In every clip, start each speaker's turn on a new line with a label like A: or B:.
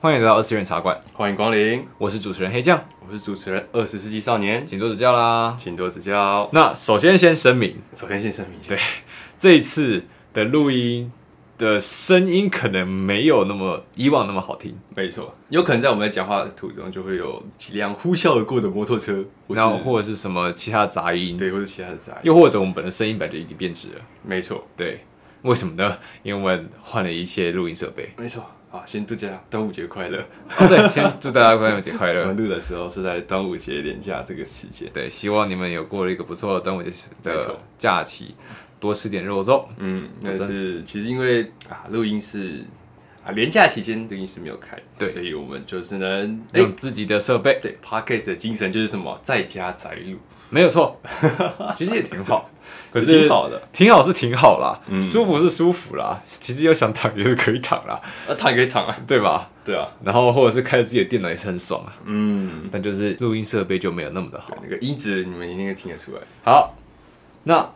A: 欢迎来到二次元茶馆，
B: 欢迎光临，
A: 我是主持人黑酱，
B: 我是主持人二十世纪少年，
A: 请多指教啦。
B: 请多指教。
A: 那首先先声明，
B: 首先先声明一下，
A: 对这一次的录音的声音可能没有那么以往那么好听，
B: 没错，有可能在我们在讲话的途中就会有几辆呼啸而过的摩托车，或
A: 然后
B: 是
A: 或者是什么其他的杂音，，
B: 对，或是其他的杂音。
A: 又或者我们本身声音本来就已经变质了，
B: 没错，
A: 对，为什么呢？因为我们换了一些录音设备。
B: 没错。好，先祝大家端午节快乐。
A: 哦，对，先祝大家端午节快
B: 我
A: 乐
B: 们。录的时候是在端午节连假这个时间。
A: 对，希望你们有过了一个不错的端午节
B: 没
A: 的
B: 错
A: 假期，多吃点肉粽。
B: 嗯，但是其实因为啊，录音室啊，连假期间录音室没有开，
A: 对
B: 所以我们就只能哎、
A: 用自己的设备，
B: 对 p o d c a s t 的精神就是什么，在家宅录，
A: 没有错，啊其实也挺 好，可是
B: 挺好的。
A: 挺好是挺好啦，
B: 嗯
A: 舒服是舒服啦，其实要想躺也是可以躺啦，
B: 啊，躺可以躺啊，
A: 对吧？
B: 对啊，
A: 然后或者是开着自己的电脑也是很爽啊，
B: 嗯，
A: 但就是录音设备就没有那么的好。
B: 那个音质你们应该听得出来。
A: 好，那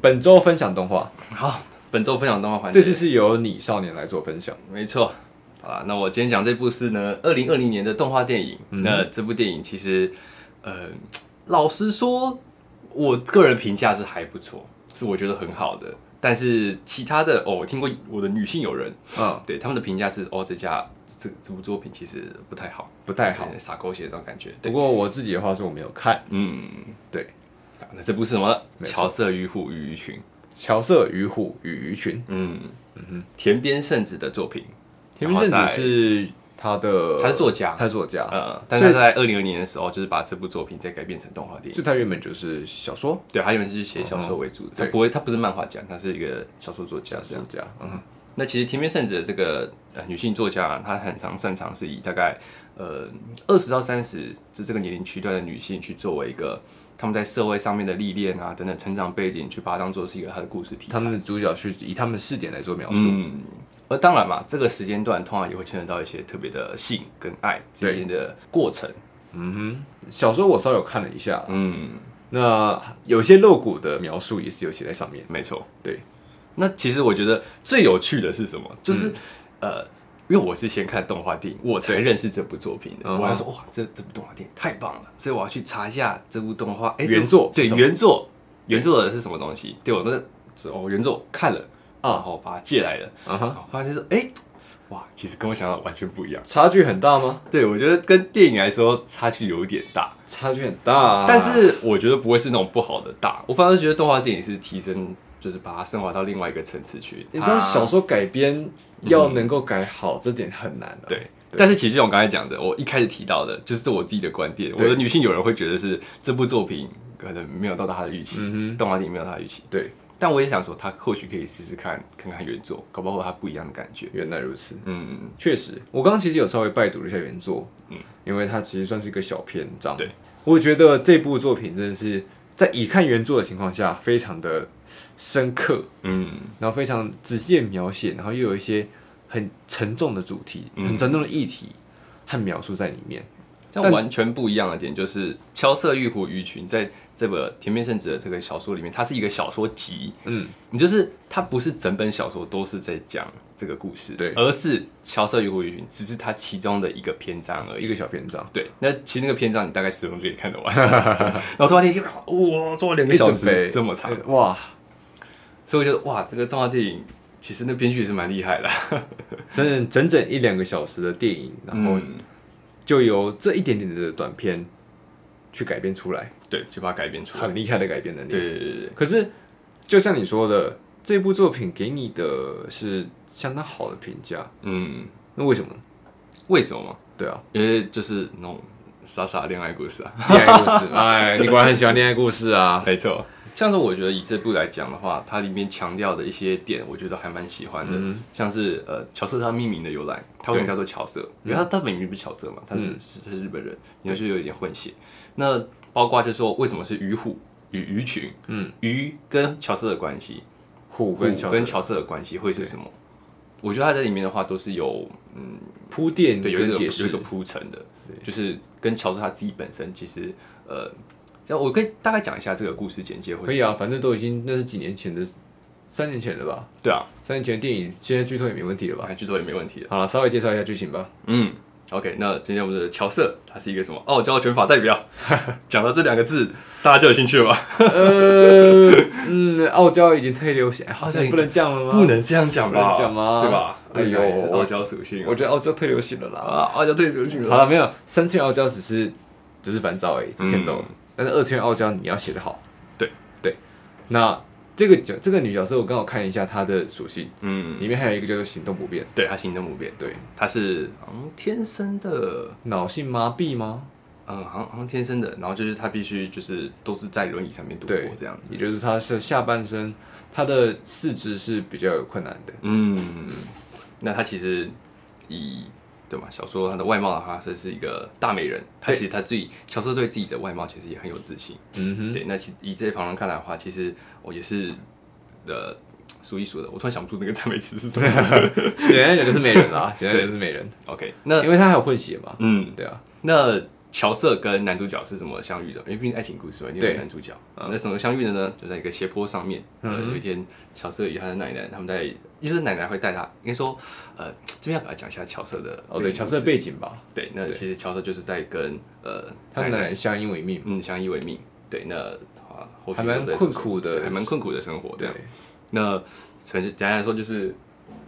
A: 本周分享动画，
B: 好，本周分享动画环节，
A: 这次是由你少年来做分享，
B: 没错。好啦，那我今天讲这部是呢，二零二零年的动画电影。
A: 嗯
B: 那这部电影其实，呃，老实说，我个人评价是还不错，是我觉得很好的。但是其他的哦，我听过我的女性友人，
A: 嗯，
B: 对他们的评价是哦，这家这这部作品其实不太好，
A: 不太好
B: 对。撒狗血的那种感觉。
A: 不
B: 对，
A: 过我自己的话是我没有看，
B: 嗯，
A: 对，
B: 好那这部是什么呢？
A: 没错
B: 乔瑟与虎与鱼群。
A: 乔瑟与虎与鱼群，
B: 嗯，田边圣子的作品，
A: 田边
B: 然
A: 圣
B: 后
A: 子
B: 在
A: 是他的，
B: 他是作家
A: 他是作家，
B: 呃，但是他在二零二零年的时候，就是把这部作品再改编成动画电
A: 就
B: 影。
A: 他原本就是小说
B: 对，他原本是写小说为主的，
A: 对
B: 他不会，他不是漫画家，他是一个小说作家这
A: 作
B: 样。
A: 家，嗯，
B: 那其实田边圣子的这个呃女性作家、啊，她很常擅长是以大概呃二十到三十这这个年龄区段的女性去作为一个她们在社会上面的历练啊等等成长背景，去把它当做是一个她的故事题材
A: 他。们的主角是以他们的视点来做描述，
B: 嗯，而当然嘛，这个时间段通常也会牵扯到一些特别的性跟爱之间的过程。
A: 小说我稍有看了一下，
B: 嗯，
A: 那有些露骨的描述也是有写在上面。
B: 没错，
A: 对。
B: 那其实我觉得最有趣的是什么？就是、
A: 嗯
B: 呃，因为我是先看动画电影，我才认识这部作品的。
A: 嗯哼
B: 我还说哇，这这部动画电影太棒了，所以我要去查一下这部动画。哎、
A: 原作
B: 这
A: 是什
B: 对
A: 么
B: 原作，原作的是什么东西？对我那个哦，原作看了
A: 啊
B: 啊，然后把它借来了，
A: 啊
B: 然
A: 哈，
B: 后发现是哎、哇，其实跟我想到完全不一样。
A: 差距很大吗？
B: 对，我觉得跟电影来说差距有点大，
A: 差距很大啊、
B: 但是我觉得不会是那种不好的大，我反而觉得动画电影是提升，就是把它升华到另外一个层次去。
A: 你知道
B: 它
A: 小说改编要能够改好，这点很难啊的、
B: 对。但是其实就像我刚才讲的，我一开始提到的，就是我自己的观点。我
A: 对
B: 的女性友人会觉得是这部作品可能没有到达她的预期，
A: 嗯哼
B: 动画电影没有她的预期。
A: 对，
B: 但我也想说，她或许可以试试看，看看原作，搞不好会有她不一样的感觉。
A: 原来如此。
B: 嗯，
A: 确实，我刚刚其实有稍微拜读了一下原作，嗯，因为它其实算是一个小篇章。
B: 对，
A: 我觉得这部作品真的是在已看原作的情况下，非常的深刻，
B: 嗯，
A: 然后非常仔细的描写，然后又有一些很沉重的主题、
B: 嗯
A: 很沉重的议题和描述在里面。
B: 但完全不一样的点就是，《敲色玉虎鱼群》在这个田边圣子的这个小说里面，它是一个小说集，
A: 嗯，
B: 你就是它不是整本小说都是在讲这个故事，
A: 对
B: 而是《敲色玉虎鱼群》只是它其中的一个篇章而
A: 一
B: 已。
A: 个小篇章，
B: 对，那其实那个篇章你大概十分钟就可以看 得完，然后动画电影哇，做了两个小
A: 一整杯
B: 时这么长，
A: 呃哇，
B: 所以我觉得哇，这个动画电影其实那编剧也是蛮 厉害的，
A: 整整整整一两个小时的电影，然后
B: 嗯
A: 就由这一点点的短片去改编出来，
B: 对，就把它改编出来，
A: 很厉害的改编能力。
B: 对对对对
A: 可是就像你说的，这部作品给你的是相当好的评价，
B: 嗯，
A: 那为什么呢？
B: 为什么嘛？
A: 对 啊，
B: 因为就是那种傻傻恋爱故 事啊。
A: 恋爱故事，哎，你果然很喜欢恋爱故事 啊。
B: 没错，像是我觉得以这部来讲的话，它里面强调的一些点，我觉得还蛮喜欢的，像是呃乔瑟他命名的由来，他为什么叫做乔瑟？因为他他本名不是乔瑟嘛，他是、是是日本人，你是有一点混血。那包括就说为什么是鱼虎与鱼群，嗯，鱼跟乔瑟的关系，
A: 虎
B: 跟
A: 跟乔
B: 跟乔瑟的关系会是什么？我觉得他在里面的话都是有
A: 铺垫
B: 对，有一
A: 跟
B: 个
A: 解
B: 有一
A: 释，
B: 个铺陈的，就是跟乔治他自己本身其实呃，像我可以大概讲一下这个故事简介，或
A: 啊
B: 者
A: 可以啊，反正都已经那是几年前的三年前了吧？
B: 对啊，
A: 三年前的电影，现在剧透也没问题了吧？
B: 还剧透也没问题的。
A: 好了，稍微介绍一下剧情 吧。
B: 啊嗯，OK，那今天我们的乔瑟，他是一个什么傲娇卷发代表？ 讲到这两个字，大家就有兴趣了吧？
A: 呃，嗯，傲娇已经太流行，好
B: 傲娇
A: 像
B: 已经
A: 不能这样了吗？
B: 不，能这样讲吧？
A: 不能讲吗
B: 对吧？
A: 哎呦
B: 也是傲娇属性啊，
A: 我觉得傲娇太流行了啦。
B: 啊，傲娇对属性
A: 好
B: 了。
A: 了，没有三次元傲娇只是只是烦躁而已，之前走。但是二次元傲娇你要写得好，
B: 嗯对
A: 对。那这个角这个女角色，我刚好看一下她的属性，
B: 嗯，
A: 里面还有一个叫做行动不便，
B: 对他行政不变，
A: 对，
B: 他是好像天生的，
A: 脑性麻痹吗？
B: 嗯，好像好像天生的，然后就是他必须就是都是在轮椅上面度过
A: 对
B: 这样子。
A: 也就是她是下半身，她的四肢是比较有困难的，
B: 嗯，那她其实以对吧？小说她的外貌的话，她是一个大美人。她
A: 对
B: 其实她自己，乔瑟对自己的外貌其实也很有自信。
A: 嗯哼，
B: 对，那其以这些旁人看来的话，其实我也是呃数一数的。我突然想不出那个赞美词是什么。
A: 简单讲就是美人啦，简单讲就是美人，
B: OK，那
A: 因为她还有混血嘛，
B: 嗯，
A: 对啊，
B: 那乔瑟跟男主角是怎么相遇的？因为毕竟爱情故事嘛，一定有
A: 对嗯
B: 男主角。那怎么相遇的呢？就在一个斜坡上面。呃，有一天，乔瑟与他的奶奶，他们在，就是奶奶会带他，应该说，呃，这边要给他讲一下乔瑟的。
A: 哦对，乔瑟的
B: 被
A: 背景吧，
B: 对，那其实乔瑟就是在跟呃
A: 他们奶奶相依为命，
B: 嗯相依为命。对，那啊，后续
A: 还蛮
B: 有的
A: 困苦
B: 对
A: 的，
B: 还蛮困苦的生活这
A: 对
B: 样。，那简简单来说，就是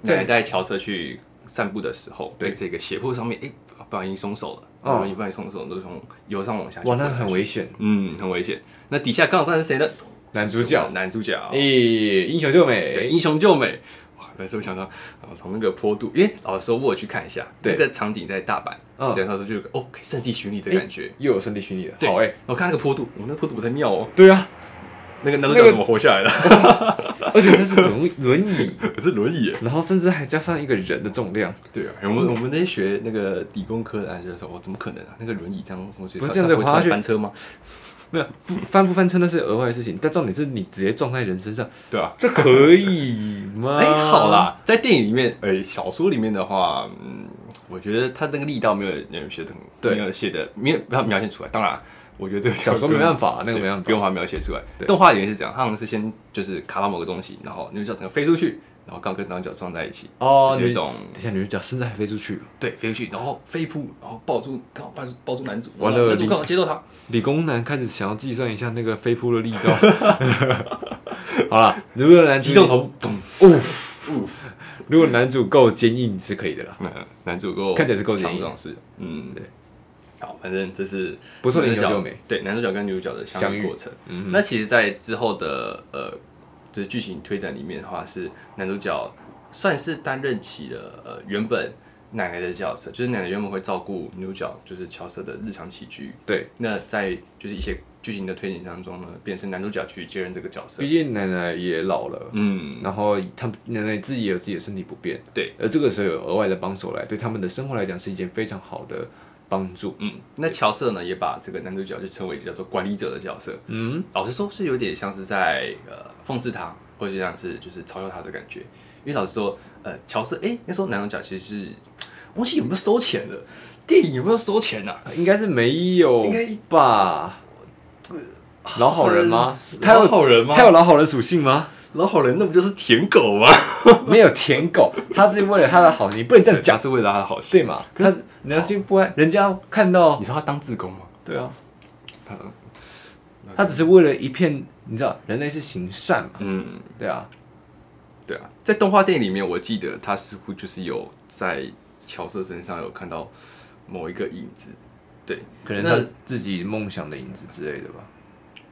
A: 在
B: 奶奶带乔瑟去散步的时候，
A: 对
B: 对这个斜坡上面，哎，不小心松手了，
A: 哦
B: 哦，一不小心松手，都从由上往下去
A: 哇，
B: 滚
A: 那
B: 下去，
A: 很危险，
B: 嗯，很危险。那底下刚好站的是谁呢？
A: 男主角。
B: 男主角，
A: 诶、英雄救
B: 对，
A: 美，
B: 英雄救美。哇，那时候想到，啊，从那个坡度，因为老实说，我有去看一下，
A: 对
B: 那个场景在大阪，
A: 嗯
B: 对，那时候就有个哦，圣地巡礼的感觉。
A: 又有圣地巡礼了。
B: 对
A: 好哎、
B: 我看那个坡度，我那个坡度不太妙哦，
A: 对啊，
B: 那个男主
A: 那
B: 角
A: 个
B: 怎么活下 来的？
A: 而且那是轮 轮椅，
B: 可是轮椅耶。
A: 然后甚至还加上一个人的重量，
B: 对啊，我们我们那些学那个理工科的啊，就是说，我怎么可能啊？那个轮椅这样，我觉得
A: 不是
B: 它
A: 这样子
B: 它会
A: 滑下去
B: 翻车吗？
A: 不翻不翻车那是额外的事情，但重点是你直接撞在人身上，
B: 对啊，
A: 这可以吗？
B: 哎、好，啦，在电影里面，哎、小说里面的话，嗯，我觉得他那个力道没有没有写的很，
A: 对
B: 没有写的没有把它描写出来。当然，我觉得这个
A: 小说没办法，那
B: 对，
A: 个没办
B: 不
A: 法。
B: 用把它描写出来。
A: 对
B: 动画里面是这样，他们是先就是卡到某个东西，然后女主角整个飞出去，然后刚好跟男主角撞在一起，
A: 哦，
B: 就是
A: 女
B: 那种
A: 等一下女主角身材还飞出去了，
B: 对飞出去，然后飞扑，然后抱住刚好抱住抱住男主，
A: 完了
B: 然后男主
A: 你
B: 刚好接到他，
A: 理工男开始想要计算一下那个飞扑的力道。好啦，如果男主
B: 击中头，部，咚！
A: 如果男主够坚硬是可以的啦。
B: 那男主够
A: 看起来是够坚
B: 强
A: 硬
B: 壮是，嗯，
A: 对。
B: 好，反正这是
A: 不错的
B: 男
A: 英
B: 主
A: 雄救
B: 角
A: 美，
B: 对男主角跟女主角的相
A: 相
B: 遇
A: 遇
B: 过程。
A: 嗯
B: 那其实，在之后的呃，就是剧情推展里面的话，是男主角算是担任起了呃原本奶奶的角色，就是奶奶原本会照顾女主角，就是乔瑟的日常起居。
A: 对，
B: 那在就是一些剧情的推演当中呢，变成男主角去接任这个角色
A: 毕。竟奶奶也老了，
B: 嗯，
A: 然后他们奶奶自己也有自己的身体不便，
B: 对，
A: 而这个时候有额外的帮手来，对他们的生活来讲是一件非常好的帮助。
B: 嗯，那乔瑟呢，也把这个男主角就称为叫做管理者的角色。
A: 嗯，
B: 老实说，是有点像是在呃讽刺他，或者像是就是嘲笑他的感觉。因为老实说，呃，乔瑟，哎，那时候男主角其实是，我忘记有没有收钱的，电影有没有收钱呐、啊？
A: 应该是没有
B: 应该
A: 吧？老好人吗？呃他
B: 老
A: 有
B: 好人吗？
A: 他有老好人属性吗？
B: 老好人，那不就是舔狗吗？
A: 没有舔狗，他是为了他的好，你不能这样讲，
B: 是为了他的好心。
A: 对嘛？他良心不安，人家看到
B: 你，说他当自工吗？
A: 对啊，
B: 他当
A: 他只是为了一片，你知道，人类是行善嘛，
B: 嗯，
A: 对啊，
B: 对啊，在动画电影里面，我记得他似乎就是有在乔瑟身上有看到某一个影子。对，
A: 可能
B: 那
A: 他自己梦想的影子之类的吧，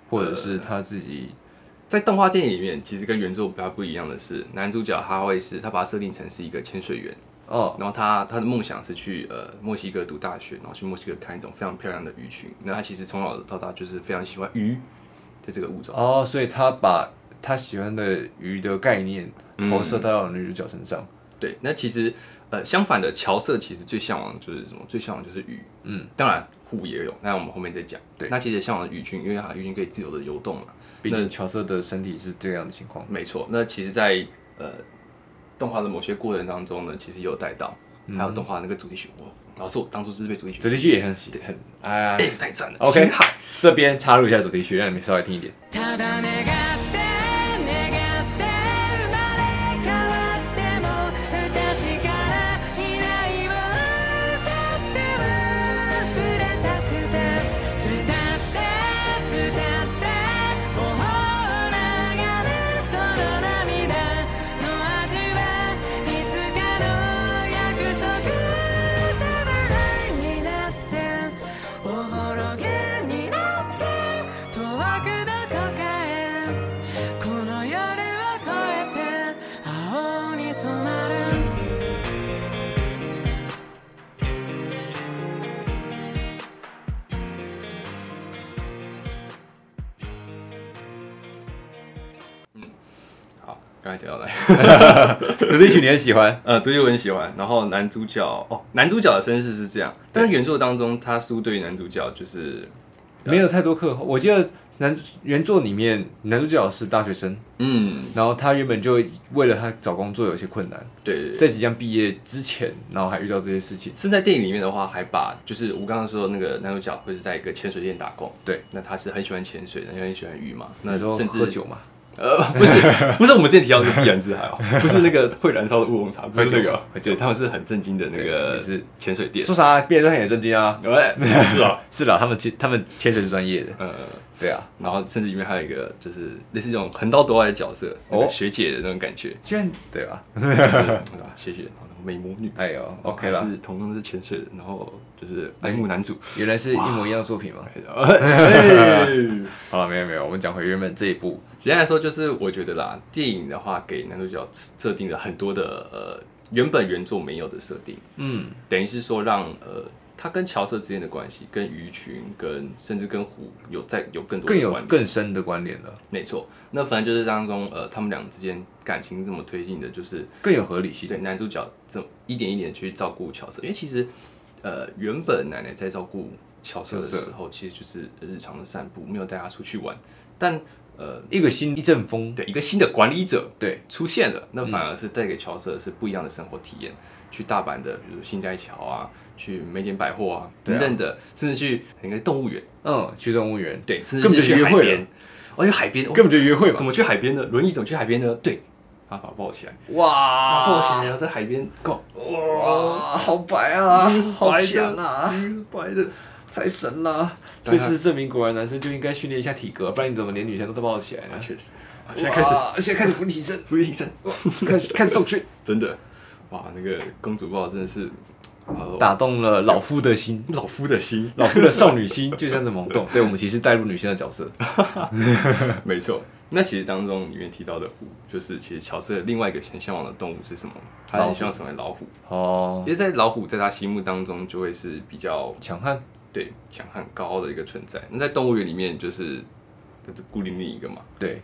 A: 或者是他自己，
B: 在动画电影里面，其实跟原作比较不一样的是，男主角他会是他把他设定成是一个潜水员，
A: 哦，
B: 然后他他的梦想是去呃墨西哥读大学，然后去墨西哥看一种非常漂亮的鱼群。那他其实从小到大就是非常喜欢鱼的这个物种。
A: 哦，所以他把他喜欢的鱼的概念投射到了女主角身上。
B: 对，那其实呃相反的，乔瑟其实最向往的就是什么？最向往就是鱼。嗯，当然虎也有，那我们后面再讲。
A: 对
B: 那其实向往的鱼群，因为它的鱼群可以自由的游动嘛。
A: 毕竟乔瑟的身体是这样的情况，
B: 没错，那其实在，呃动画的某些过程当中呢，其实也有带到，还有动画的那个主题曲，我老师我当初是被主题曲
A: 嗯主题曲也很喜很哎
B: 哎、
A: 呀，
B: 太赞了
A: OK
B: 心海
A: 这边 插入一下主题曲，让你们稍微听一点。
C: ただ願って願って
B: 好，刚才讲到哪里？
A: 主题曲你很喜 欢，
B: 呃，这就我很喜欢。然后男主角哦，男主角的身世是这样，但是原作当中，他似乎对于男主角就是，
A: 没有太多刻画。我记得男原作里面男主角是大学生，
B: 嗯，
A: 然后他原本就为了他找工作有些困难，
B: 对对对。
A: 在即将毕业之前，然后还遇到这些事情。
B: 是在电影里面的话，还把就是我刚刚说的那个男主角会是在一个潜水店打工，
A: 对，
B: 那他是很喜欢潜水的，又很喜欢鱼嘛，那
A: 那时候
B: 甚至
A: 喝酒嘛，
B: 呃，不是，不是我们之前提到的必然之海哦，不是那个会燃烧的乌龙茶，不是那个哦，对，他们是很震惊的那
A: 对
B: 个
A: 也是
B: 潜水店，
A: 说啥别人都很震惊啊。
B: 哎，是啊，
A: 是啦，他们其他们潜水是专业的，
B: 呃，
A: 对啊，
B: 然后甚至里面还有一个就是类似这种横刀夺爱的角色，那个
A: 哦
B: 学姐的那种感觉，
A: 居然对吧？
B: 就是对 吧学姐，然后那个美魔女。
A: 哎呦
B: 然后
A: ，OK
B: 还
A: 啦，哎
B: 是同样是潜水的，然后就是爱慕男主，
A: 原来是一模一样的作品嘛。
B: 哎
A: 好了，没有没有，我们讲回原本这一部，
B: 简单来说，就是我觉得啦，电影的话给男主角设定了很多的呃原本原作没有的设定，
A: 嗯，
B: 等于是说让呃他跟乔瑟之间的关系，跟鱼群，跟甚至跟湖有在有更多
A: 更
B: 的
A: 有
B: 关联。
A: 更深的关联了，
B: 没错，那反正就是当中呃他们俩之间感情这么推进的，就是
A: 更有合理性。
B: 对男主角这么一点一点去照顾乔瑟，因为其实呃原本奶奶在照顾乔瑟的
A: 乔瑟
B: 时候，其实就是日常的散步，没有带他出去玩，但呃
A: 一个新一阵风，
B: 对一个新的管理者。
A: 对，嗯
B: 出现了，那反而是带给乔瑟是不一样的生活体验。去大阪的，比如新街桥啊，去美典百货啊
A: 对
B: 等
A: 啊
B: 等的，甚至去那个动物园，
A: 嗯，去动物园，
B: 对，甚
A: 根
B: 至
A: 本
B: 是
A: 就
B: 去
A: 约
B: 海
A: 会
B: 边
A: 了，。
B: 哦，去海边，哦
A: 根本就约会嘛
B: 怎。么去海边呢？轮椅怎么去海边呢？对，把把我抱起来，
A: 哇
B: 抱起来，然后在海边哦逛，
A: 哦哇，好白啊，好强啊，
B: 冰是白的，
A: 太神啊了！
B: 当
A: 这
B: 然
A: 次证明果然男生就应该训练一下体格，不然你怎么连女生都抱起来
B: 啊，
A: 呢？
B: 确实。啊现在开始
A: 哇，现在开始俯体身，
B: 福利挺深，
A: 哇开始开始送去，
B: 真的，哇，那个公主抱真的是，呃
A: 打动了老夫的心。
B: 老夫 的心，
A: 老夫的少女心就像是萌动，对我们其实带入女性的角色，
B: 没错，那其实当中里面提到的虎，就是其实乔瑟另外一个很向往的动物是什么？他
A: 老
B: 很
A: 虎
B: 希望成为老虎，
A: 哦
B: 因，为在老虎在他心目当中就会是比较
A: 强悍，
B: 对强悍高傲的一个存在。那在动物园里面就是就是孤零零一个嘛。
A: 对，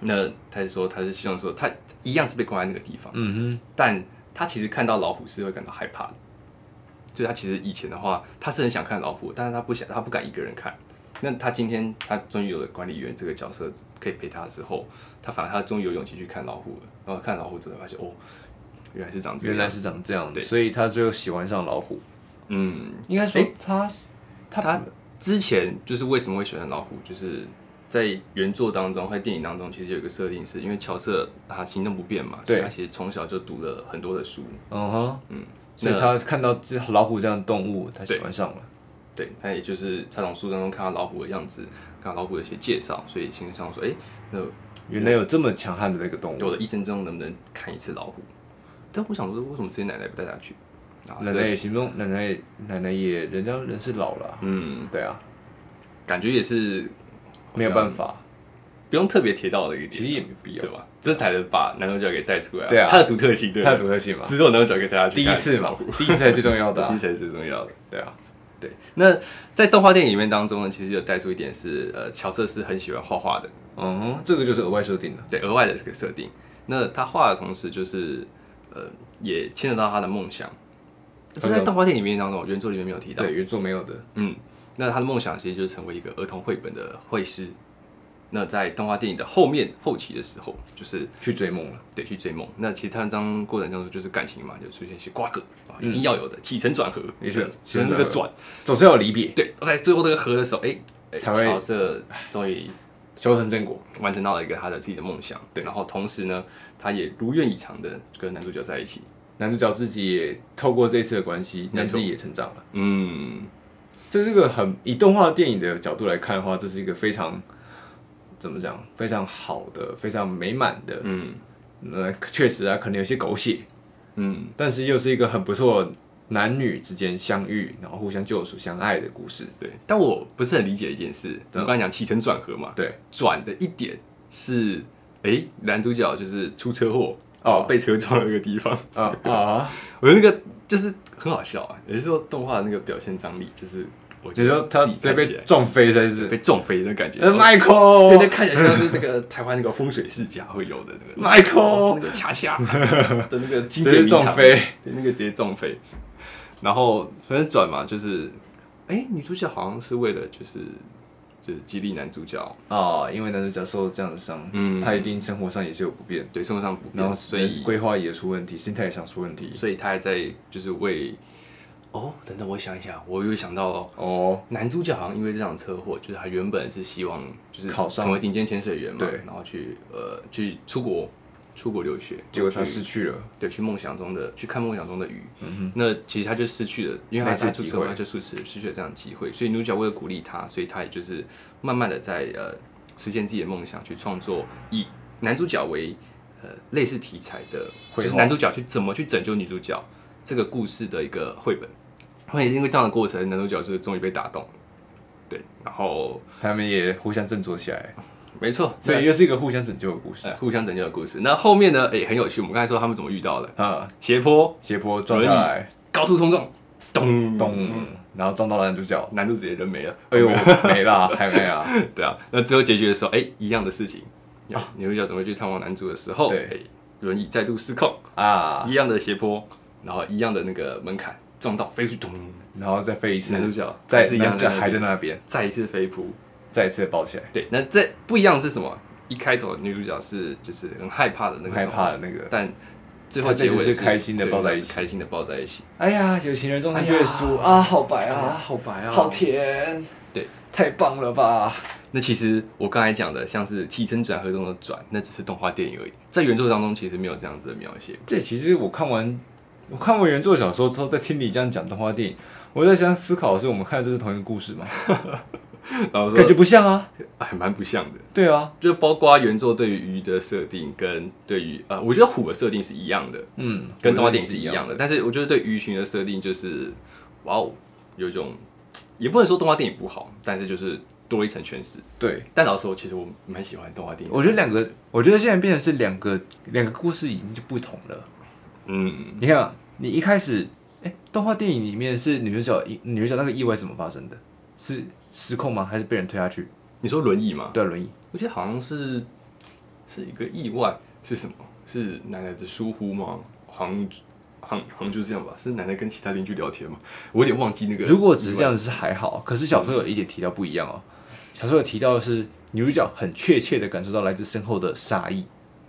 B: 那他是说他是希望说他一样是被关在那个地方，
A: 嗯
B: 但他其实看到老虎是会感到害怕的。就他其实以前的话，他是很想看老虎，但是他不想，他不敢一个人看。那他今天他终于有了管理员这个角色可以陪他之后，他反而他终于有勇气去看老虎了。然后看老虎之后发现，哦，原来是长
A: 哼，
B: 这个
A: 原来
B: 样子。
A: 是长这样，
B: 对
A: 所以他就喜欢上老虎。
B: 嗯，
A: 应该说
B: 诶
A: 他他
B: 他之前就是为什么会喜欢老虎，就是在原作当中，在电影当中，其实有一个设定是因为乔瑟他行动不便嘛，所以
A: 对
B: 他其实从小就读了很多的书，
A: 嗯哼，
B: 嗯，
A: 所以他看到这老虎这样的动物，他喜欢上了。
B: 对，他也就是他从书当中看到老虎的样子，看到老虎的一些介绍，所以心里想说，哎、那
A: 原来有这么强悍的一个动
B: 我
A: 物，
B: 的一生中能不能看一次老虎？但我想说，为什么之前奶奶不带他去？啊，
A: 奶奶
B: 这
A: 也行动，奶奶奶奶也人家人是老了啊，
B: 嗯，
A: 对啊，
B: 感觉也是
A: 没有办法，
B: 不用特别提到的一个点，啊
A: 其实也没必要
B: 对吧？这才能把男主角给带出来，
A: 对啊
B: 他的独特性，对吧
A: 它的，独特性嘛，
B: 只有男主角给大家去
A: 第一
B: 看
A: 次
B: 老
A: 嘛
B: 虎，
A: 第一次才最重要的
B: 第一
A: 啊，
B: 才是最重要的。
A: 对啊，
B: 对，那在动画电影里面当中呢，其实有带出一点是，呃，乔瑟是很喜欢画画的，
A: 嗯哼，这个就是额外设定了，
B: 对，额外的这个设定。那他画的同时，就是呃，也牵扯到他的梦想。这在动画电影里面当中，原作里面没有提到。
A: 对，原作没有的，
B: 嗯，那他的梦想其实就是成为一个儿童绘本的绘师。那在动画电影的后面后期的时候，就是
A: 去追梦了，
B: 得去追梦。那其实他当过程当中就是感情嘛，就出现一些瓜葛啊，
A: 嗯
B: 一定要有的起承转合，
A: 也是
B: 所以那个转，
A: 总是要有离别，
B: 对，在最后那个合的时候，哎、哎
A: 才会
B: 乔瑟终于
A: 修成正果，
B: 完成到了一个他的自己的梦想，对，然后同时呢，他也如愿以偿的跟男主角在一起，
A: 男主角自己也透过这次的关系，
B: 没错
A: 男自己也成长了。
B: 嗯，
A: 这是个很以动画电影的角度来看的话，这是一个非常怎么讲，非常好的、非常美满的。
B: 嗯
A: 那确实啊，可能有些狗血，
B: 嗯，
A: 但是又是一个很不错男女之间相遇，然后互相救赎、相爱的故事。
B: 对。但我不是很理解一件事，我刚才讲起承转合嘛，
A: 嗯对，
B: 转的一点是，哎、男主角就是出车祸，
A: 哦
B: 被车撞了一个地方，
A: 啊啊，
B: 我觉得那个就是很好笑啊，也就是说动画的那个表现张力就是我
A: 你说他
B: 自己
A: 直接
B: 看起
A: 被
B: 来
A: 撞飞，真是
B: 被撞飞的感觉。
A: 呃
B: 对，那
A: ，Michael，
B: 看起来像是那个台湾那个风水世家会有的那个哦
A: Michael
B: 是那个恰恰 的那个
A: 直
B: 经
A: 接
B: 典名场
A: 撞，飞，
B: 对，那个直接撞飞。然后反正转嘛，就是，哎，女主角好像是为了就是就是激励男主角，
A: 哦，因为男主角受这样的伤，
B: 嗯
A: 他一定生活上也是有不便，
B: 对生活上不便
A: 然后
B: 所以
A: 规划也出问题，心态也上出问题。
B: 所以他还在就是为，哦，等等，我想一下，我又想到了。
A: 哦，
B: 男主角好像因为这场车祸，就是他原本是希望就是
A: 考上
B: 成为顶尖潜水员嘛，
A: 对
B: 然后去呃去出国出国留学，
A: 结果他
B: 去
A: 失去了，
B: 对，去梦想中的去看梦想中的鱼。
A: 嗯
B: 那其实他就失去了，因为他
A: 那次
B: 他出
A: 机
B: 车祸，
A: 会
B: 他就失去失去了这样的机会。所以女主角为了鼓励他，所以他也就是慢慢的在呃实现自己的梦想，去创作以男主角为呃类似题材的，
A: 绘
B: 就是
A: 画
B: 男主角去怎么去拯救女主角这个故事的一个绘本。那也因为这样的过程，男主角就是终于被打动了，对，然后
A: 他们也互相振作起来，
B: 没错，
A: 所以又是一个互相拯救的故事
B: 呃互相拯救的故事。那后面呢，也、很有趣。我们刚才说他们怎么遇到的，
A: 啊，
B: 斜坡
A: 斜坡撞下来，
B: 高速冲撞，咚
A: 咚，然后撞到了男主角，
B: 难度直接人没了。
A: 嗯哎呦， 没啦，还没 啦，
B: 对啊，那最后结局的时候，哎、一样的事情啊，女主角准备去探望男主的时候，
A: 对
B: 哎，轮、椅再度失控，
A: 啊，
B: 一样的斜坡，然后一样的那个门槛撞到飞出去，咚，
A: 然后再飞一次
B: 男，主角
A: 再
B: 还是一样
A: 嗯男主角
B: 的，
A: 还在那边，
B: 再一次飞扑。
A: 再一次抱起来，
B: 对，那这不一样的是什么？一开头女主角是就是很害怕的那个
A: 很害
B: 状况，
A: 怕的那个，
B: 但最后
A: 她这
B: 结
A: 次
B: 尾
A: 是开心地
B: 对
A: 抱在
B: 她
A: 一
B: 是
A: 起
B: 开心的抱在一起。
A: 哎呀，有情人终成
B: 哎呀
A: 眷属啊，好白啊，
B: 好白啊
A: 好甜，
B: 对，
A: 太棒了吧，
B: 那其实我刚才讲的，像是起承转合中的转，那只是动画电影而已，在原作当中其实没有这样子的描写。
A: 这其实我看完我看完原作小说之后，在听你这样讲动画电影，我在想思考的是，我们看的这是同一个故事吗？
B: 然后说
A: 感觉不像啊。
B: 还哎蛮不像的，
A: 对啊，
B: 就包括原作对于鱼的设定跟对于呃，我觉得虎的设定是一样的，
A: 嗯，
B: 跟动画
A: 我觉得
B: 电影是一样的，但是我觉得对鱼群的设定就是，哇哦，有一种也不能说动画电影不好，但是就是多了一层诠释。
A: 对，
B: 但老实说，其实我蛮喜欢动画电影，
A: 我觉得两个，我觉得现在变成是两个两个故事已经就不同了。
B: 嗯，
A: 你看啊，你一开始，哎，动画电影里面是女主角意女主角那个意外是怎么发生的？是失控吗？还是被人推下去？
B: 你说轮椅嘛，
A: 对啊，轮椅。
B: 我记得好像是是一个意外，是什么？是奶奶的疏忽吗？好像好像好像就是这样吧，是奶奶跟其他邻居聊天嘛，我有点忘记那个意外。
A: 如果只是这样子是还好，可是小说有一点提到不一样哦。小说有提到的是女主角很确切的感受到来自身后的杀意，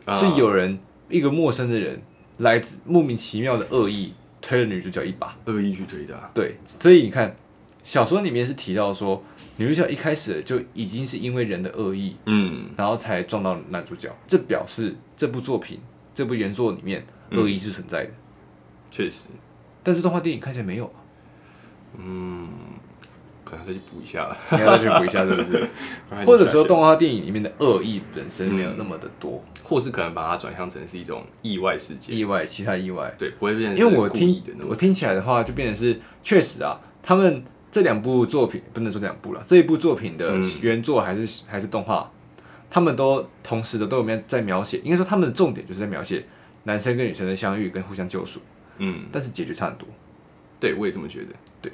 B: 啊
A: 是有人一个陌生的人来自莫名其妙的恶意推了女主角一把。
B: 恶意去推的啊、
A: 对，所以你看小说里面是提到说女主角一开始就已经是因为人的恶意，
B: 嗯，
A: 然后才撞到男主角，这表示这部作品这部原作里面恶意是存在的，
B: 确实，
A: 但是动画电影看起来没有啊，
B: 嗯，可能再去补一下了，
A: 你要再去补一下是 不是？或者说动画电影里面的恶意本身没有那么的多，
B: 或是可能把它转向成是一种意外事件，
A: 意外其他意外，
B: 对，不会变成是
A: 因为我
B: 故
A: 听
B: 意的那
A: 我
B: 种，
A: 听起来的话，就变成是确实啊，他们这两部作品不能说两部了，这一部作品的
B: 嗯
A: 原作还是、还是动画，他们都同时的都有面在描写，应该说他们的重点就是在描写男生跟女生的相遇跟互相救赎，
B: 嗯，
A: 但是结局差很多。
B: 对我也这么觉得，
A: 对。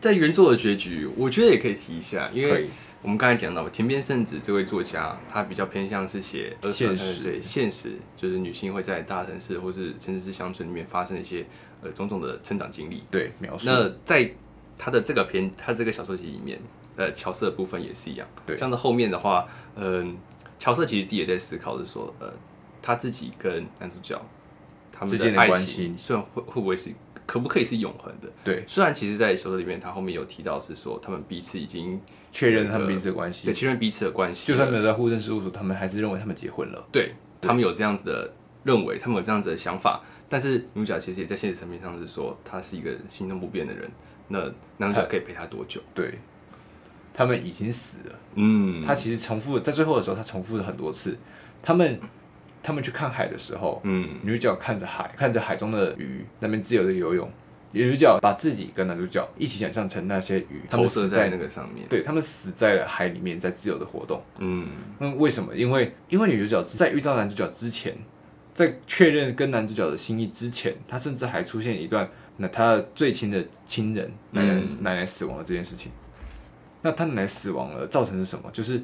B: 在原作的结局，我觉得也可以提一下，因为
A: 可以，
B: 我们刚才讲到田边圣子这位作家，他比较偏向是写二十
A: 现
B: 三
A: 实
B: 岁现实，就是女性会在大城市或是甚至是乡村里面发生的一些呃种种的成长经历。
A: 对描述
B: 那在他的这个篇，他这个小说集里面，呃，乔瑟的部分也是一样。
A: 对
B: 像到后面的话，嗯、乔瑟其实自己也在思考，是说，呃，他自己跟男主角他们
A: 之间
B: 的
A: 的
B: 爱
A: 关系
B: 情，虽然会会不会是可不可以是永恒的？
A: 对
B: 虽然其实，在小说里面，他后面有提到是说，他们彼此已经
A: 确认他们彼此的关系
B: 对，确认彼此的关系
A: 就
B: 了，
A: 算没有在户政事务所，他们还是认为他们结婚了。
B: 对他们有这样子的认为，他们有这样子的想法，但是女主角其实也在现实层面上是说，她是一个行动不便的人。那男主角可以陪她多久？
A: 对，他们已经死了。
B: 嗯，
A: 他其实重复在最后的时候，他重复了很多次。他们他们去看海的时候，
B: 嗯
A: 女主角看着海，看着海中的鱼，那边自由的游泳。女主角把自己跟男主角一起想象成那些鱼，他
B: 投
A: 们
B: 射
A: 死
B: 在
A: 在
B: 那个上面。
A: 对他们死在了海里面，在自由的活动。
B: 嗯，
A: 那为什么？因为因为女主角在遇到男主角之前，在确认跟男主角的心意之前，她甚至还出现一段那他最亲的亲人奶奶、
B: 嗯
A: 奶奶死亡了这件事情，那他奶奶死亡了造成是什么？就是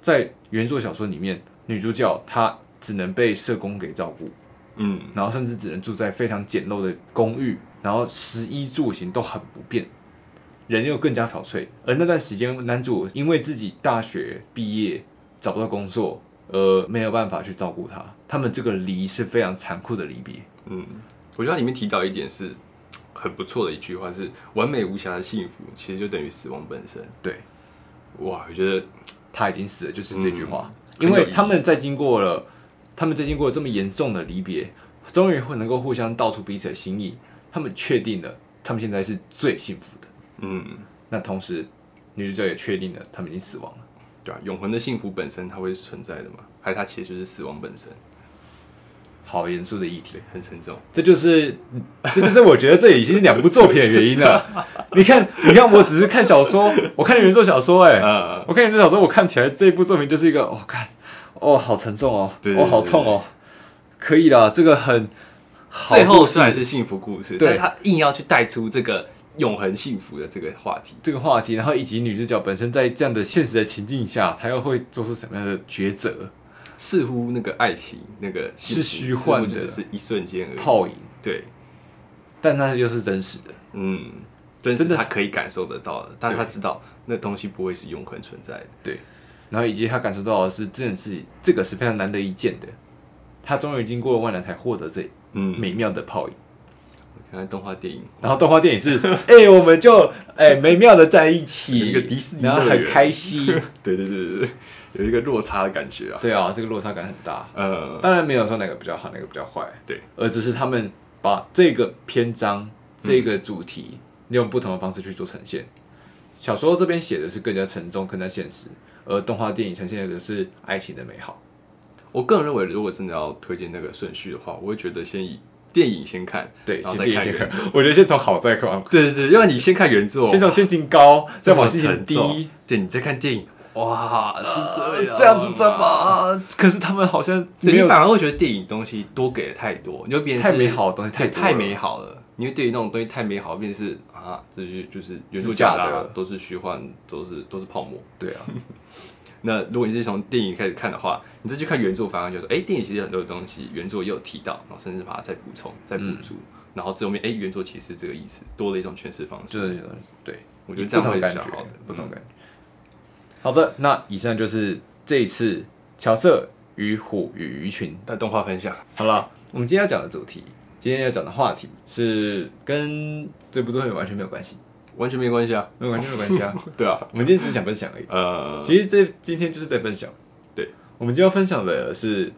A: 在原作小说里面，女主角她只能被社工给照顾，
B: 嗯
A: 然后甚至只能住在非常简陋的公寓，然后食衣住行都很不便，人又更加憔悴。而那段时间，男主因为自己大学毕业找不到工作，而呃没有办法去照顾她。他们这个离是非常残酷的离别。
B: 嗯，我觉得它里面提到一点是很不错的一句话，是完美无瑕的幸福其实就等于死亡本身。
A: 对，
B: 哇，我觉得
A: 他已经死了，就是这句话。
B: 嗯
A: 因
B: 很有
A: 为
B: 意义
A: 他们在经过了，他们在经过这么严重的离别，终于会能够互相道出彼此的心意。他们确定了，他们现在是最幸福的。
B: 嗯，
A: 那同时，女主角也确定了，他们已经死亡了。
B: 对啊，永恒的幸福本身它会是存在的嘛？还是它其实就是死亡本身？
A: 好严肃的议题
B: 对，，很沉重。
A: 这就是，这就是我觉得这已经是两部作品的原因了。 你看，你看，我只是看小说，我看原作小说、哎，
B: 呃，
A: 我看原作小说，我看起来这部作品就是一个，哦，看，哦，好沉重哦，
B: 对对
A: 哦，好痛哦，可以啦，这个很，好
B: 最后
A: 故事
B: 虽然是幸福故事，
A: 对
B: 但他硬要去带出这个永恒幸福的这个话题。
A: 这个话题，然后以及女主角本身在这样的现实的情境下，她又会做出什么样的抉择？
B: 似乎那个爱情那个幸
A: 是
B: 福
A: 虚幻的
B: 似乎就只是一瞬间而已。
A: 泡影，
B: 对，
A: 但那就是真实的。
B: 嗯，真
A: 真
B: 是
A: 的
B: 他可以感受得到的，但他知道那东西不会是永恒存在的。
A: 对，然后以及他感受到的是，真的是这个是非常难得一见的。他终于经过了万难才获得这
B: 嗯，
A: 美妙的泡影。
B: 我看看动画电影，
A: 然后动画电影 是，哎、我们就哎、美妙的在一
B: 有
A: 起，
B: 一个迪士尼
A: 然后
B: 乐
A: 很
B: 园
A: 开心。
B: 对对对对对，有一个落差的感觉啊。
A: 对啊，这个落差感很大。
B: 呃，
A: 当然没有说哪个比较好，哪个比较坏，
B: 对，
A: 而只是他们把这个篇章、这个主题、用不同的方式去做呈现。小说这边写的是更加沉重、更加现实，而动画电影呈现的是爱情的美好。
B: 我个人认为，如果真的要推荐那个顺序的话，我会觉得先以电影先看，
A: 对，
B: 然
A: 先
B: 后再
A: 电影
B: 看
A: 先
B: 原
A: 看
B: 作。，
A: 我觉得先从好再看，
B: 对对对，因为你先看原作，
A: 先从心情高，再
B: 这么
A: 往心情
B: 沉重
A: 低，，
B: 对，你再看电影，哇，是这样，
A: 这样子的？吗？可是他们好像没
B: 对你
A: 有
B: 反而会觉得电影东西多给的太多，你会变成
A: 太
B: 是
A: 美好的东西
B: 对
A: 太多了
B: 太美好了。你会对于那种东西太美好，变成是啊，这就就是原著
A: 是假
B: 讲啊
A: 的
B: 都是虚幻，都是都是泡沫。
A: 对啊，
B: 那如果你是从电影开始看的话，你再去看原作，反而就说，哎、电影其实很多东西原作也有提到，然后甚至把它再补充、再补足，
A: 嗯
B: 然后最后面，哎、原作其实是这个意思，多了一种诠释方式。
A: 就是对，
B: 我觉得这样
A: 不
B: 会
A: 同感
B: 比较
A: 觉
B: 好的，，
A: 不同
B: 嗯
A: 感觉。好的，那以上就是这一次乔瑟与虎与鱼群。
B: 但动画分享，
A: 好了，我们今天要讲的主题，今天要讲的话题是跟这部作品完全没有关系，
B: 完全没关系啊，
A: 没有完全没有关系啊。
B: 对啊，
A: 我们今天只是想分享而已。
B: 呃，
A: 其实这今天就是在分享。
B: 对，
A: 我们今天要分享的是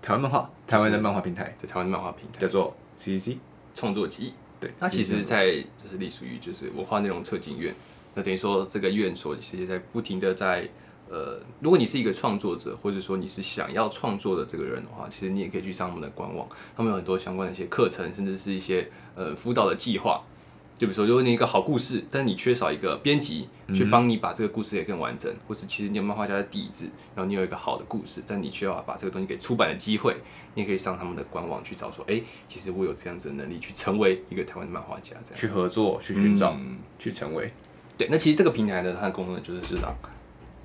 A: 台湾漫画，台湾的漫画平台
B: 在台湾的漫画平台
A: 叫做 CCC。
B: 创作集，
A: 对，
B: 它其实，
A: CCC
B: 在就是隶属于就是文化内容策进院，那等于说这个院所其实在不停的在呃，如果你是一个创作者，或者说你是想要创作的这个人的话，其实你也可以去上他们的官网，他们有很多相关的一些课程，甚至是一些呃辅导的计划。就比如说，如果你一个好故事，但你缺少一个编辑去帮你把这个故事给更完整，或是其实你有漫画家的底子，然后你有一个好的故事，但你缺少把这个东西给出版的机会，你也可以上他们的官网去找说，哎、其实我有这样子的能力去成为一个台湾的漫画家，这样
A: 去合作、去寻找、
B: 嗯
A: 去成为。
B: 对，那其实这个平台呢，它的功能就是是让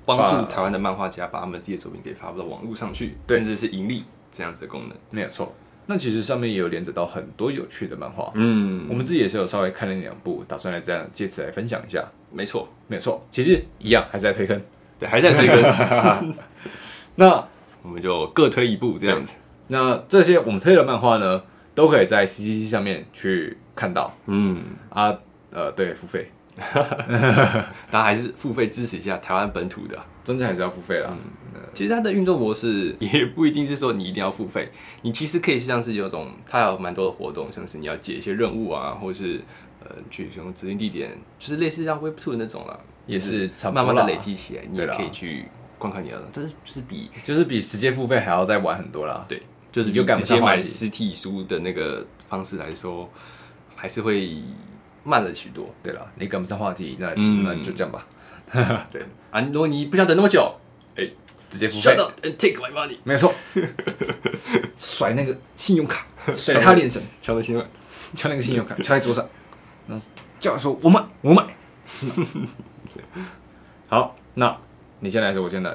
B: 帮助台湾的漫画家把他们自己的作品给发布到网络上去，
A: 对
B: 甚至是盈利这样子的功能。
A: 没有错。那其实上面也有连着到很多有趣的漫画，
B: 嗯，
A: 我们自己也是有稍微看了两部，打算来这样借此来分享一下。
B: 没错，
A: 没有错，其实一样还是在推坑。
B: 对，还在这个，
A: 那
B: 我们就各推一步这样子。
A: 那这些我们推的漫画呢，都可以在 CCC 上面去看到
B: 嗯，
A: 啊。呃，对，付费，
B: 大家还是付费支持一下台湾本土的。
A: 真的还是要付费啦。
B: 其实它的运作模式 也不一定是说你一定要付费，你其实可以像是有种它有蛮多的活动，像是你要解一些任务啊，或是呃去什么指定地点，就是类似像 Web Two 那种啦，
A: 也是差不多
B: 慢
A: 啦
B: 慢的累积起来，你也
A: 对啦
B: 可以去观看你的，但是就是比
A: 就是比直接付费还要再晚很多啦。
B: 对，就是
A: 你就
B: 比
A: 赶不
B: 直接
A: 上话
B: 买
A: 题
B: 实体书的那个方式来说，还是会慢了许多。
A: 对啦，你赶不上话题，那、
B: 嗯
A: 那就这样吧，
B: 对啊，如果你不想等那么久，哎、
A: 直接付费
B: shut，up and take my money。
A: 没有错。甩那个信用卡，甩他脸神，
B: 乔的新闻，
A: 敲那个信用卡，敲在桌上，然后叫他说：“我买，我买。”是吗？好，那你先来，还是我先来？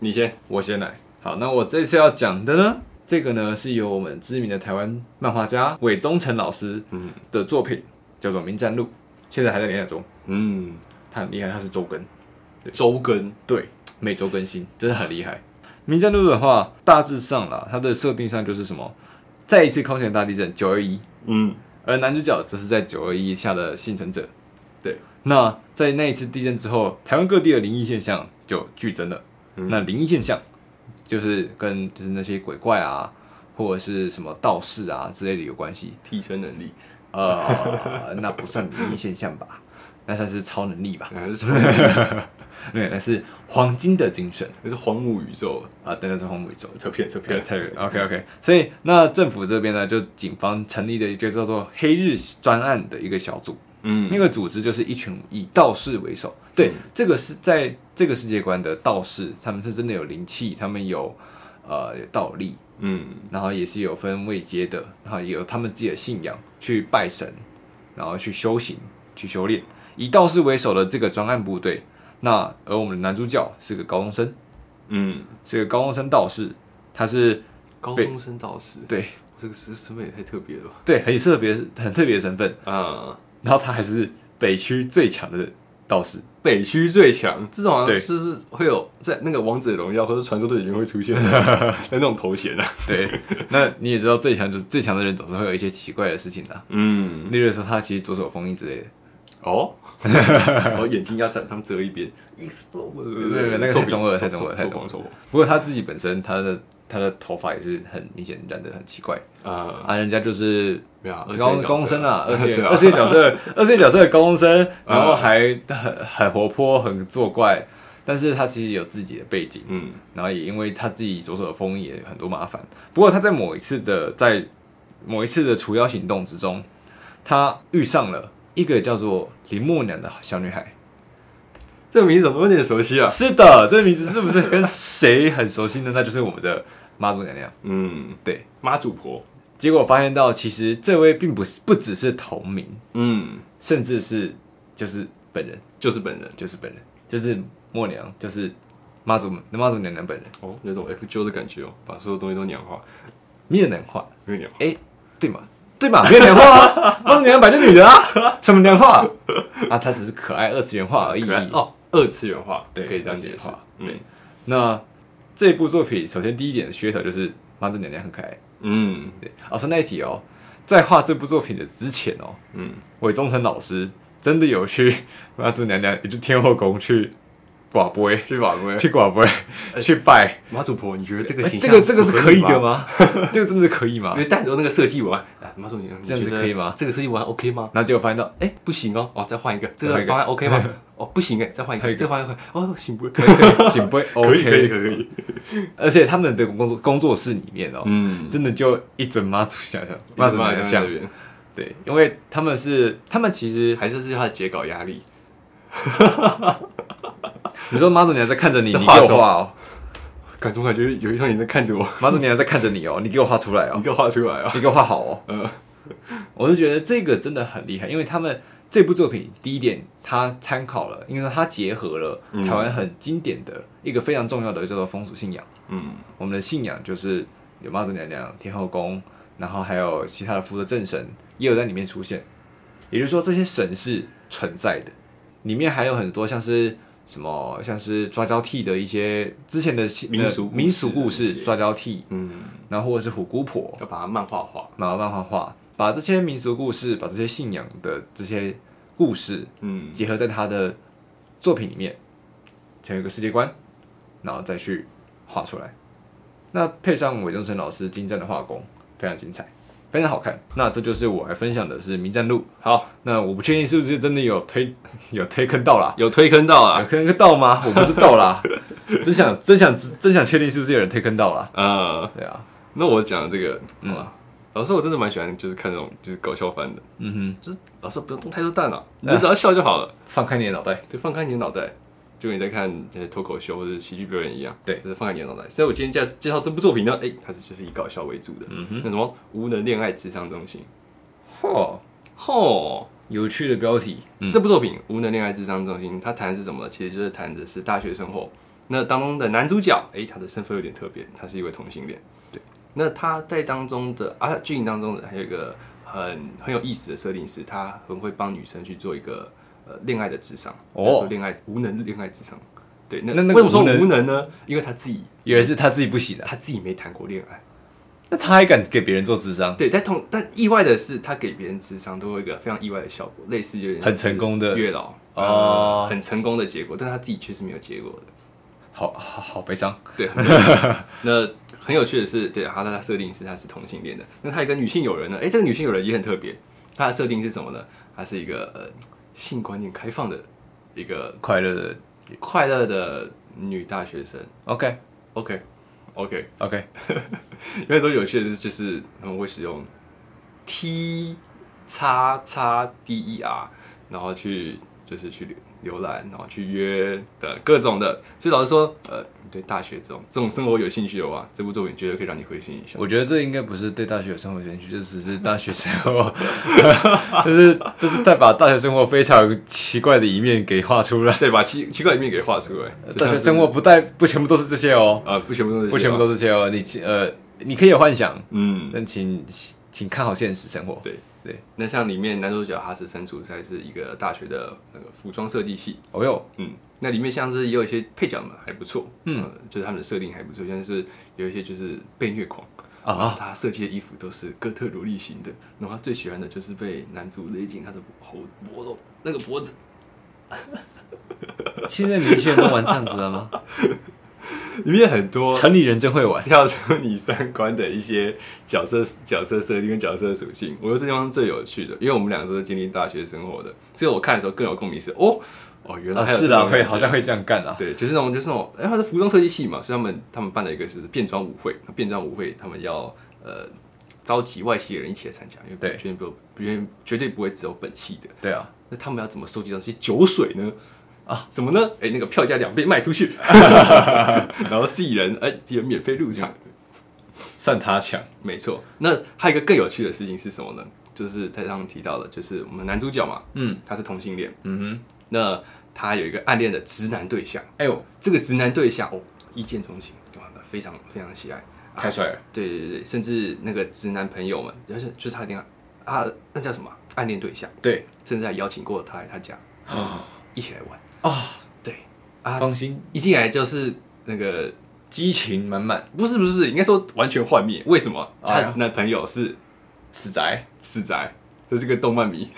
B: 你先，
A: 我先来。好，那我这次要讲的呢，这个呢是由我们知名的台湾漫画家韦忠诚老师
B: 嗯
A: 的作品，叫做《名战录》，现在还在连载中。
B: 嗯，
A: 他很厉害，他是周更，
B: 周更，
A: 对，每周更新，真的很厉害。《名战录》的话，大致上啦，它的设定上就是什么，再一次空前大地震九二一，
B: 嗯
A: 而男主角则是在九二一下的幸存者。对，那在那一次地震之后，台湾各地的灵异现象就剧增了。
B: 嗯
A: 那灵异现象就是跟就是那些鬼怪啊，或者是什么道士啊之类的有关系。
B: 提升能力，
A: 呃，那不算灵异现象吧？那算是超能力吧？
B: 那是什么？
A: 对，那是黄金的精神
B: 那是荒芜宇宙，
A: 啊！等等，是荒宇宙。
B: 扯片扯
A: 呃
B: 片，
A: 太 OK OK，所以那政府这边呢，就警方成立了一个叫做“黑日专案”的一个小组，
B: 嗯
A: 那个组织就是一群以道士为首，对，
B: 嗯
A: 这个是在这个世界观的道士，他们是真的有灵气，他们有呃有道力，
B: 嗯
A: 然后也是有分位阶的，然后也有他们自己的信仰去拜神，然后去修行、去修炼。以道士为首的这个专案部队，那而我们的男主角是个高中生，
B: 嗯，
A: 是个高中生道士，他是
B: 高
A: 对
B: 中生道士，
A: 对
B: 这个是身份也太特别了吧？
A: 对很特别、很特别的身份，
B: 啊，
A: 然后他还是北区最强的道士，
B: 北区最强，这种好像
A: 对
B: 是是会有在那个王者荣耀或者传说对决里面会出现的 的那种头衔啊。
A: 对，那你也知道，最强就是最强的人总是会有一些奇怪的事情的、
B: 嗯，
A: 例如说，他其实左手封印之类的，
B: 哦，我哦眼睛要展上遮一边
A: 对
B: ，explode，
A: 对对那个太中二太中二太中
B: 中
A: 二
B: 中
A: 不过他自己本身他的他的头发也是很明显染的很奇怪
B: 二啊，
A: 啊，人家就是
B: 没有啊二次
A: 高
B: 元角色
A: 高中生啊，二次元
B: 对啊啊
A: 二次元角色二次元角色的高中 生，然后还很很活泼很作怪，但是他其实有自己的背景，
B: 嗯
A: 然后也因为他自己左手的封印也很多麻烦。不过他在某一次的在某一次的除妖行动之中，他遇上了一个叫做林默娘的小女孩。
B: 这个名字怎么有点熟悉啊？
A: 是的，这个名字是不是跟谁很熟悉呢？那就是我们的妈祖娘娘。
B: 嗯，
A: 对，
B: 妈祖婆，
A: 结果发现到其实这位并不是不只是同名，
B: 嗯，
A: 甚至是就是本人，
B: 就是本人
A: 就是本人，就是默娘，就是妈祖妈祖娘娘本人，
B: 哦，有种 F 九的感觉哦，把所有东西都娘化，
A: 没有人话。
B: 没有娘化，
A: 哎、对嘛，对嘛，没有娘化啊， 妈祖娘娘本来就女的啊，什么娘化啊？她只是可爱二次元化而已。
B: 可爱哦，二次元化，
A: 对
B: 可以这样解释嗯
A: 二次元化，
B: 对，
A: 那这部作品，首先第一点的噱头就是妈祖娘娘很可爱。
B: 嗯
A: 对，啊，顺带一提哦，在画这部作品的之前哦，
B: 嗯，
A: 韦忠诚老师真的有去妈祖娘娘，也就天后宫去寡杯，
B: 是吧？各位
A: 去寡杯，去拜。
B: 妈祖婆，你觉得呃这个
A: 哎
B: 形
A: 这
B: 象，
A: 个这个是可以的？吗？这个真的可以吗
B: 直？接带很多那个设计文案，哎，妈祖你你
A: 这样子
B: 觉得
A: 可以吗
B: 这个设计文案 OK 吗？
A: 然后结果发现到，哎、
B: 哎，不行哦，哦，再换一个，这
A: 再换
B: 个
A: 一个
B: 方案 OK 吗？ 哦，不行哎，再换一
A: 还有
B: 个，
A: 一个
B: 再换一个，哦，行不？可
A: 行不？OK，
B: 可以，
A: 而且他们的工作工作室里面哦，
B: 嗯，
A: 真的就一尊妈祖像像，妈祖娘娘
B: 下
A: 像，
B: 面
A: 对，因为他们是他们其实，
B: 还是是他的截稿压力，
A: 你说妈祖娘娘在看着你，
B: 这
A: 你给
B: 画
A: 我
B: 手
A: 画哦，
B: 感总感觉有一双眼在看着 我，
A: 妈祖娘娘在看着你哦，你给我画出来哦
B: 你，给我画出来啊！
A: 你给我画好哦。
B: 呃，
A: 我是觉得这个真的很厉害，因为他们这部作品第一点，它参考了，因为它结合了
B: 嗯
A: 台湾很经典的一个非常重要的叫做风俗信仰。
B: 嗯
A: 我们的信仰就是有妈祖娘娘、天后宫，然后还有其他的福德正神也有在里面出现。也就是说，这些神是存在的，里面还有很多像是什么，像是抓交替的一些之前的信
B: 民俗
A: 呃
B: 故事
A: 民俗故
B: 的
A: 事
B: 那些
A: 抓交替，
B: 嗯，
A: 然后或者是虎姑婆，
B: 要把它漫画化，
A: 然后漫画画，把这些民俗故事，把这些信仰的这些故事
B: 嗯，
A: 结合在他的作品里面，成一个世界观，然后再去画出来。那配上韦忠诚老师精湛的画工，非常精彩，非常好看。那这就是我来分享的是《名战录》。
B: 好，
A: 那我不确定是不是真的有推有推坑到啦，
B: 有推坑到啊
A: 有，推坑到吗？我不知道啦， 真想真想真想确定是不是有人推坑到啦。
B: 呃，
A: 对啊，
B: 那我讲这个，好吧，老师我真的蛮喜欢，就是看这种就是搞笑番的，
A: 嗯
B: 嗯就是老师不用动太多蛋了，你就只要笑就好了
A: 哼，，放开你的脑袋，
B: 对，放开你的脑袋，就跟你在看呃脱口秀或者喜剧表演一样，
A: 对
B: 就是放在你的脑袋。所以我今天介介绍这部作品呢，哎、它是就是以搞笑为主的，
A: 嗯哼，
B: 那什么无能恋爱智商中心，
A: 嚯，
B: 吼，
A: 有趣的标题，嗯
B: 这部作品《无能恋爱智商中心》，它谈的是什么呢？其实就是谈的是大学生活。那当中的男主角，诶，他的身份有点特别，他是一位同性恋。对，那他在当中的啊剧情当中的还有一个很很有意思的设定是，他很会帮女生去做一个呃恋爱的智商，
A: 哦
B: 叫做恋爱无能恋爱智商。对，那
A: 那那个
B: 为什么说
A: 无能
B: 无能呢？因为他自己
A: 以为是他自己不行的，
B: 他自己没谈过恋爱。
A: 那他还敢给别人做智商，
B: 对，但同但意外的是，他给别人智商都会有一个非常意外的效果，类似有点
A: 很成功的，
B: 月老
A: 哦
B: 呃很成功的结果，但他自己却是没有结果的。
A: 好好好悲伤，
B: 对，很有 趣那很有趣的是，对，他的设定是他是同性恋的，那他有一个女性友人呢，哎、这个女性友人也很特别，她的设定是什么呢？她是一个呃性观念开放的一个
A: 快乐的
B: 快乐的女大学生。
A: ，OK
B: OK OK，
A: OK，
B: 因为都有趣的是，就是他们会使用 T 叉叉 D E R，然后去就是去浏览，然后去约的各种的。所以老实说，呃，你对大学这种这种生活有兴趣的话，这部作品绝对可以让你回心一笑。
A: 我觉得这应该不是对大学有生活有兴趣，这只是大学生活， 就是就是在把大学生活非常奇怪的一面给画出来。
B: 对，把奇奇怪的一面给画出来。就
A: 大
B: 像
A: 学
B: 是
A: 生活不带不全部都是这些哦，
B: 呃，不全部都是
A: 不全部
B: 是
A: 都是这些哦。你呃，你可以有幻想，
B: 嗯。
A: 但请请看好现实生活。
B: 对
A: 对，
B: 那像里面男主角他是身处在是一个大学的那个服装设计系，
A: 哦哟，
B: 嗯，那里面像是也有一些配角们还不错，
A: 嗯
B: 嗯、就是他们的设定还不错，但是有一些就是被虐狂
A: 啊，
B: 他设计的衣服都是哥特萝莉型的，然后他最喜欢的就是被男主勒紧他的喉脖子那个脖子，
A: 现在年轻人都玩这样子了吗？
B: 里面很多
A: 城里人真会玩。
B: 跳出你三观的一些角色角色设定跟角色属性，我觉得这地方最有趣的，因为我们两个都是经历大学生活的，所以我看的时候更有共鸣是哦哦，原来
A: 啊，
B: 还有
A: 是
B: 这
A: 啦，
B: 种
A: 会
B: 感觉
A: 好像会这样干啊。
B: 对，就是那种就是那种，哎、他是服装设计系嘛，所以他们他们办了一个就是变装舞会，那变装舞会他们要呃召集外系的人一起来参加，因为
A: 对
B: 绝对不绝对绝对不会只有本系的，
A: 对啊，
B: 那他们要怎么收集到这些酒水呢？啊，怎么呢？哎、那个票价两倍卖出去， 然后自己人哎、自己人免费入场，
A: 算他强。
B: 没错。那还有一个更有趣的事情是什么呢？就是在上面提到的，就是我们男主角嘛，
A: 嗯
B: 他是同性恋，
A: 嗯
B: 那他有一个暗恋的直男对象。
A: 哼，哎呦，
B: 这个直男对象哦，一见钟情，哇，非常非常喜爱。
A: 太帅了。
B: 对对对，甚至那个直男朋友们，而且就是他恋爱啊，那叫什么啊暗恋对象，
A: 对
B: 甚至还邀请过他来他家
A: 啊
B: 一起来玩。
A: 啊，
B: 对啊，
A: 芳心
B: 一进来就是那个，
A: 激情满满，
B: 不是不是不是，应该说完全幻灭。为什么？
A: 哎
B: 他
A: 呀
B: 的直男朋友是
A: 死宅。
B: 死宅，这是个动漫迷。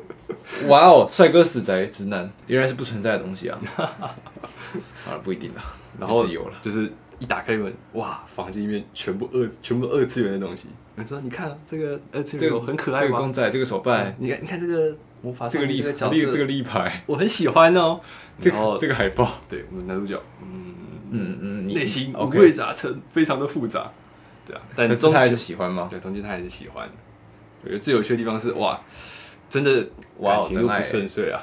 A: 哇哦，帅哥死宅直男，原来是不存在的东 西啊。啊，不一定啦，
B: 然后
A: 也是有了。
B: 就是一打开门，哇，房间里面全部二全部二次元的东西。有人说，你看啊这个二次元有很可爱
A: 这个
B: 吧
A: 公？仔，这个手办，
B: 你看，你看这个魔法
A: 这
B: 少
A: 个
B: 女
A: 立
B: 这个角色，
A: 立这个立牌，
B: 我很喜欢哦。
A: 这
B: 然后
A: 个这个海报，
B: 对我们男主角，嗯，
A: 嗯嗯，你
B: 内心五
A: OK
B: 味杂陈，非常的复杂，对啊。但
A: 可是
B: 中
A: 他还是
B: 间，
A: 喜欢 吗？
B: 对中间他还是喜欢。我觉得最有趣的地方是，哇，真的
A: 哇
B: 感情
A: 真
B: 路
A: 爱
B: 不顺遂 啊，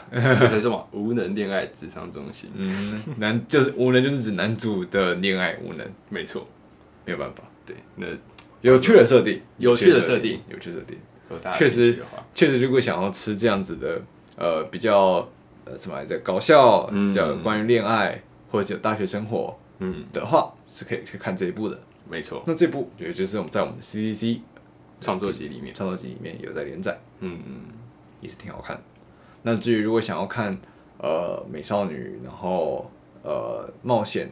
B: 所以说嘛，无能恋爱智商中心，
A: 嗯，男就是无能，就是指男主的恋爱无能，
B: 没错，
A: 没有办法。
B: 对，那
A: 有趣的设定，
B: 有趣的设定，
A: 有趣的设定。
B: 有大家
A: 确实
B: 兴趣的话
A: 确实，如果想要吃这样子的，呃，比较呃什么来着，搞笑，
B: 嗯
A: 叫关于恋爱或者大学生活
B: 嗯，
A: 的话，是可以去看这一部的。
B: 没错，
A: 那这部我觉得就是我们在我们的 CCC
B: 创作集里面，
A: 创作集里面有在连载，
B: 嗯嗯，
A: 也是挺好看的。那至于如果想要看呃美少女，然后呃冒险，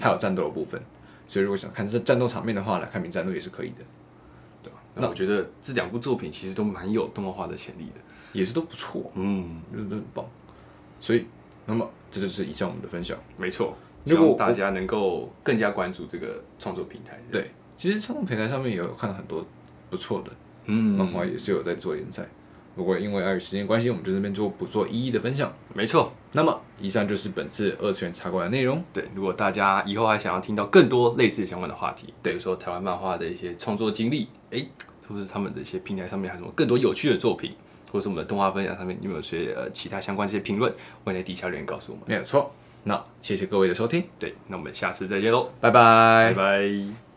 A: 还有战斗的部分，所以如果想看这战斗场面的话，来看《名战斗》也是可以的，
B: 对吧？那我觉得这两部作品其实都蛮有动画化的潜力的，
A: 也是都不错，
B: 嗯，
A: 就是都很棒。所以，那么这就是以上我们的分享。
B: 没错，希
A: 如果
B: 望大家能够更加关注这个创作平台，
A: 对，其实唱片平台上面也有看到很多不错的
B: 嗯，
A: 漫画，也是有在做连载。不过因为碍于时间关系，我们就这边做不做一一的分享。
B: 没错，
A: 那么，以上就是本次二次元茶馆的内容。
B: 对。如果大家以后还想要听到更多类似相关的话题，比如说台湾漫画的一些创作经历，诶，或是他们的一些平台上面还有什么更多有趣的作品，或者是我们的动画分享上面，你们有些呃其他相关的一些评论，欢迎在底下留言告诉我们。
A: 没有错。那谢谢各位的收听，
B: 对，那我们下次再见喽，
A: 拜拜
B: 拜拜。